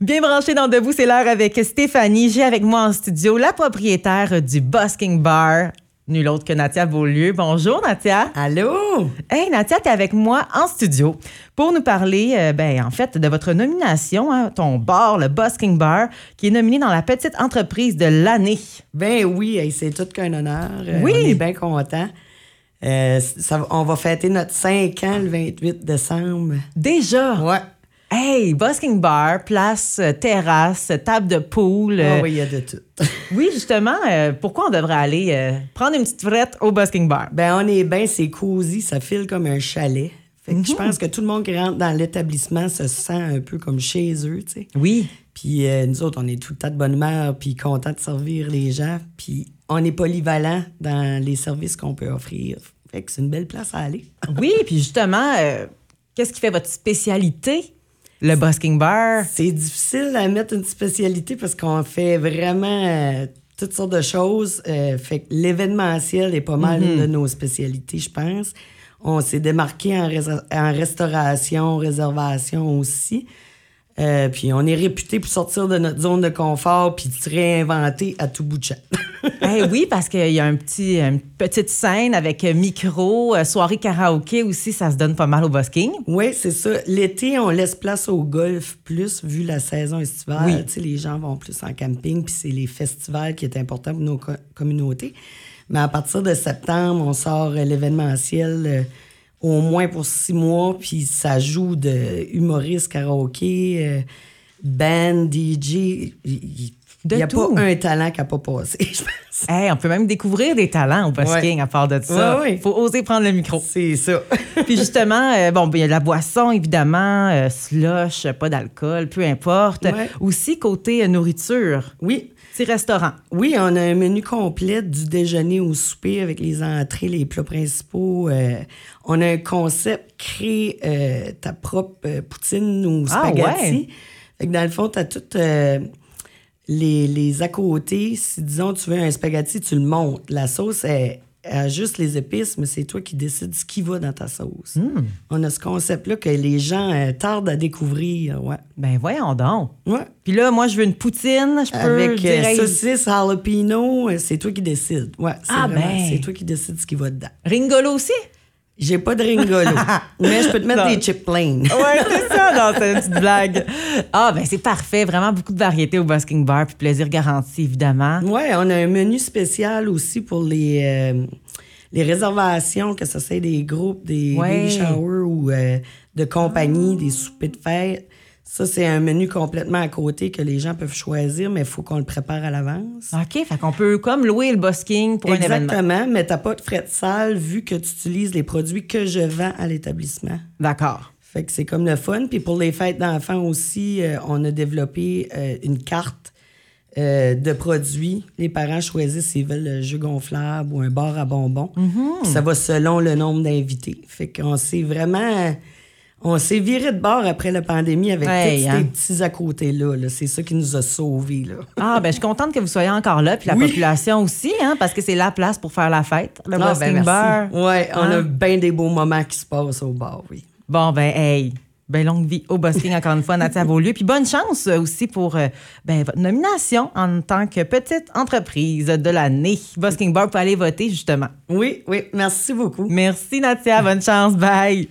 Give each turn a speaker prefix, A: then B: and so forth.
A: Bien branché dans Debout, c'est l'heure avec Stéphanie. J'ai avec moi en studio la propriétaire du Busking Bar, nul autre que Natia Beaulieu. Bonjour Natia.
B: Allô?
A: Hey Natia, t'es avec moi en studio pour nous parler, euh, ben, en fait, de votre nomination, hein, ton bar, le Busking Bar, qui est nominé dans la petite entreprise de l'année.
B: Ben oui, hey, c'est tout qu'un honneur. Euh,
A: Oui.
B: On est bien contents. Euh, ça- on va fêter notre 5 ans le 28 décembre.
A: Déjà.
B: Ouais.
A: Hey, Busking Bar, place, euh, terrasse, table de poule.
B: Ah
A: euh,
B: oui, il y a de tout.
A: Oui, justement, euh, pourquoi on devrait aller euh, prendre une petite frette au Busking Bar?
B: ben on est bien, c'est cosy, ça file comme un chalet. Fait que je
A: Mhm.
B: pense que tout le monde qui rentre dans l'établissement se sent un peu comme chez eux, tu sais.
A: Oui.
B: Puis euh, nous autres, on est tout le temps de bonne humeur, puis contents de servir les gens, puis on est polyvalent dans les services qu'on peut offrir. Fait que c'est une belle place à aller.
A: Oui, puis justement, euh, qu'est-ce qui fait votre spécialité? Le Busking Bar.
B: C'est difficile à mettre une spécialité parce qu'on fait vraiment euh, toutes sortes de choses. Euh, fait que l'événementiel est pas mal une de nos spécialités, je pense. On s'est démarqué en, réser- en restauration, réservation aussi. Euh, puis on est réputé pour sortir de notre zone de confort puis se réinventer à tout bout de champ.
A: Eh oui, parce qu'il y a un petit, une petite scène avec euh, micro, euh, soirée karaoké aussi, ça se donne pas mal au busking.
B: Oui, c'est ça. L'été, on laisse place au golf plus, vu la saison estivale. Tu sais, les gens vont plus en camping, puis c'est les festivals qui est important pour nos co- communautés. Mais à partir de septembre, on sort euh, l'événementiel euh, au moins pour six mois, puis ça joue de humoristes, karaoké, euh, band, DJ. Il- Il
A: De
B: n'y a
A: tout.
B: pas un talent qui n'a pas passé, je pense.
A: Hey, Eh, on peut même découvrir des talents au busking à part de ça.
B: Ouais, ouais.
A: Faut oser prendre le micro.
B: C'est ça.
A: Puis justement, euh, bon, ben, il y a de la boisson, évidemment, euh, slush, pas d'alcool, peu importe.
B: Ouais.
A: Aussi, côté euh, nourriture,
B: oui.
A: petit restaurant.
B: Oui, on a un menu complet du déjeuner au souper avec les entrées, les plats principaux. Euh, on a un concept crée euh, ta propre euh, poutine ou
A: Ah,
B: spaghetti.
A: ouais.
B: Fait que dans le fond, tu as toutes euh, les, les à côté. Si, disons, tu veux un spaghetti, tu le montes. La sauce, elle, elle a juste les épices, mais c'est toi qui décides ce qui va dans ta sauce.
A: Hmm.
B: On a ce concept-là que les gens euh, tardent à découvrir. Ouais.
A: Ben voyons donc.
B: Ouais.
A: Puis là, moi, je veux une poutine, je peux
B: Avec euh,
A: dire, hey,
B: saucisse, jalapeno, euh, c'est toi qui décides. Ouais, c'est
A: Ah,
B: vraiment-
A: ben.
B: c'est toi qui décides ce qui va dedans.
A: Ringolo aussi?
B: J'ai pas de ringolo, mais je peux te mettre
A: Non.
B: des chips plain.
A: Ouais, c'est ça, dans cette petite blague. Ah, ben c'est parfait. Vraiment beaucoup de variété au Busking Bar, puis plaisir garanti, évidemment.
B: Ouais, on a un menu spécial aussi pour les, euh, les réservations, que ce soit des groupes, des
A: Ouais. Ah.
B: baby showers ou euh, de compagnie, des soupers de fête. Ça, c'est un menu complètement à côté que les gens peuvent choisir, mais il faut qu'on le prépare à l'avance.
A: OK, fait qu'on peut comme louer le Busking Ah, pour un événement.
B: Exactement, mais t'as pas de frais de salle vu que tu utilises les produits que je vends à l'établissement.
A: D'accord.
B: Fait que c'est comme le fun. Puis pour les fêtes d'enfants aussi, euh, on a développé euh, une carte euh, de produits. Les parents choisissent s'ils veulent le jeu gonflable ou un bar à bonbons. Puis ça va selon le nombre d'invités. Fait qu'on s'est vraiment... On s'est viré de bord après la pandémie avec
A: Hey,
B: tous
A: hein.
B: ces petits à côté-là. là. C'est ça qui nous a sauvés. Là.
A: Ah, ben je suis contente que vous soyez encore là, puis la
B: Oui.
A: population aussi, hein, parce que c'est la place pour faire la fête, le
B: Ah,
A: Busking
B: ben, merci.
A: Bar.
B: Ouais, on
A: Hein?
B: a bien des beaux moments qui se passent au bar, oui.
A: Bon, ben, hey, ben longue vie au Busking, encore une fois, Natia Beaulieu. Puis bonne chance euh, aussi pour euh, ben, votre nomination en tant que petite entreprise de l'année. Busking Bar peut aller voter, justement.
B: Oui, oui, merci beaucoup.
A: Merci, Natia. Bonne chance. Bye.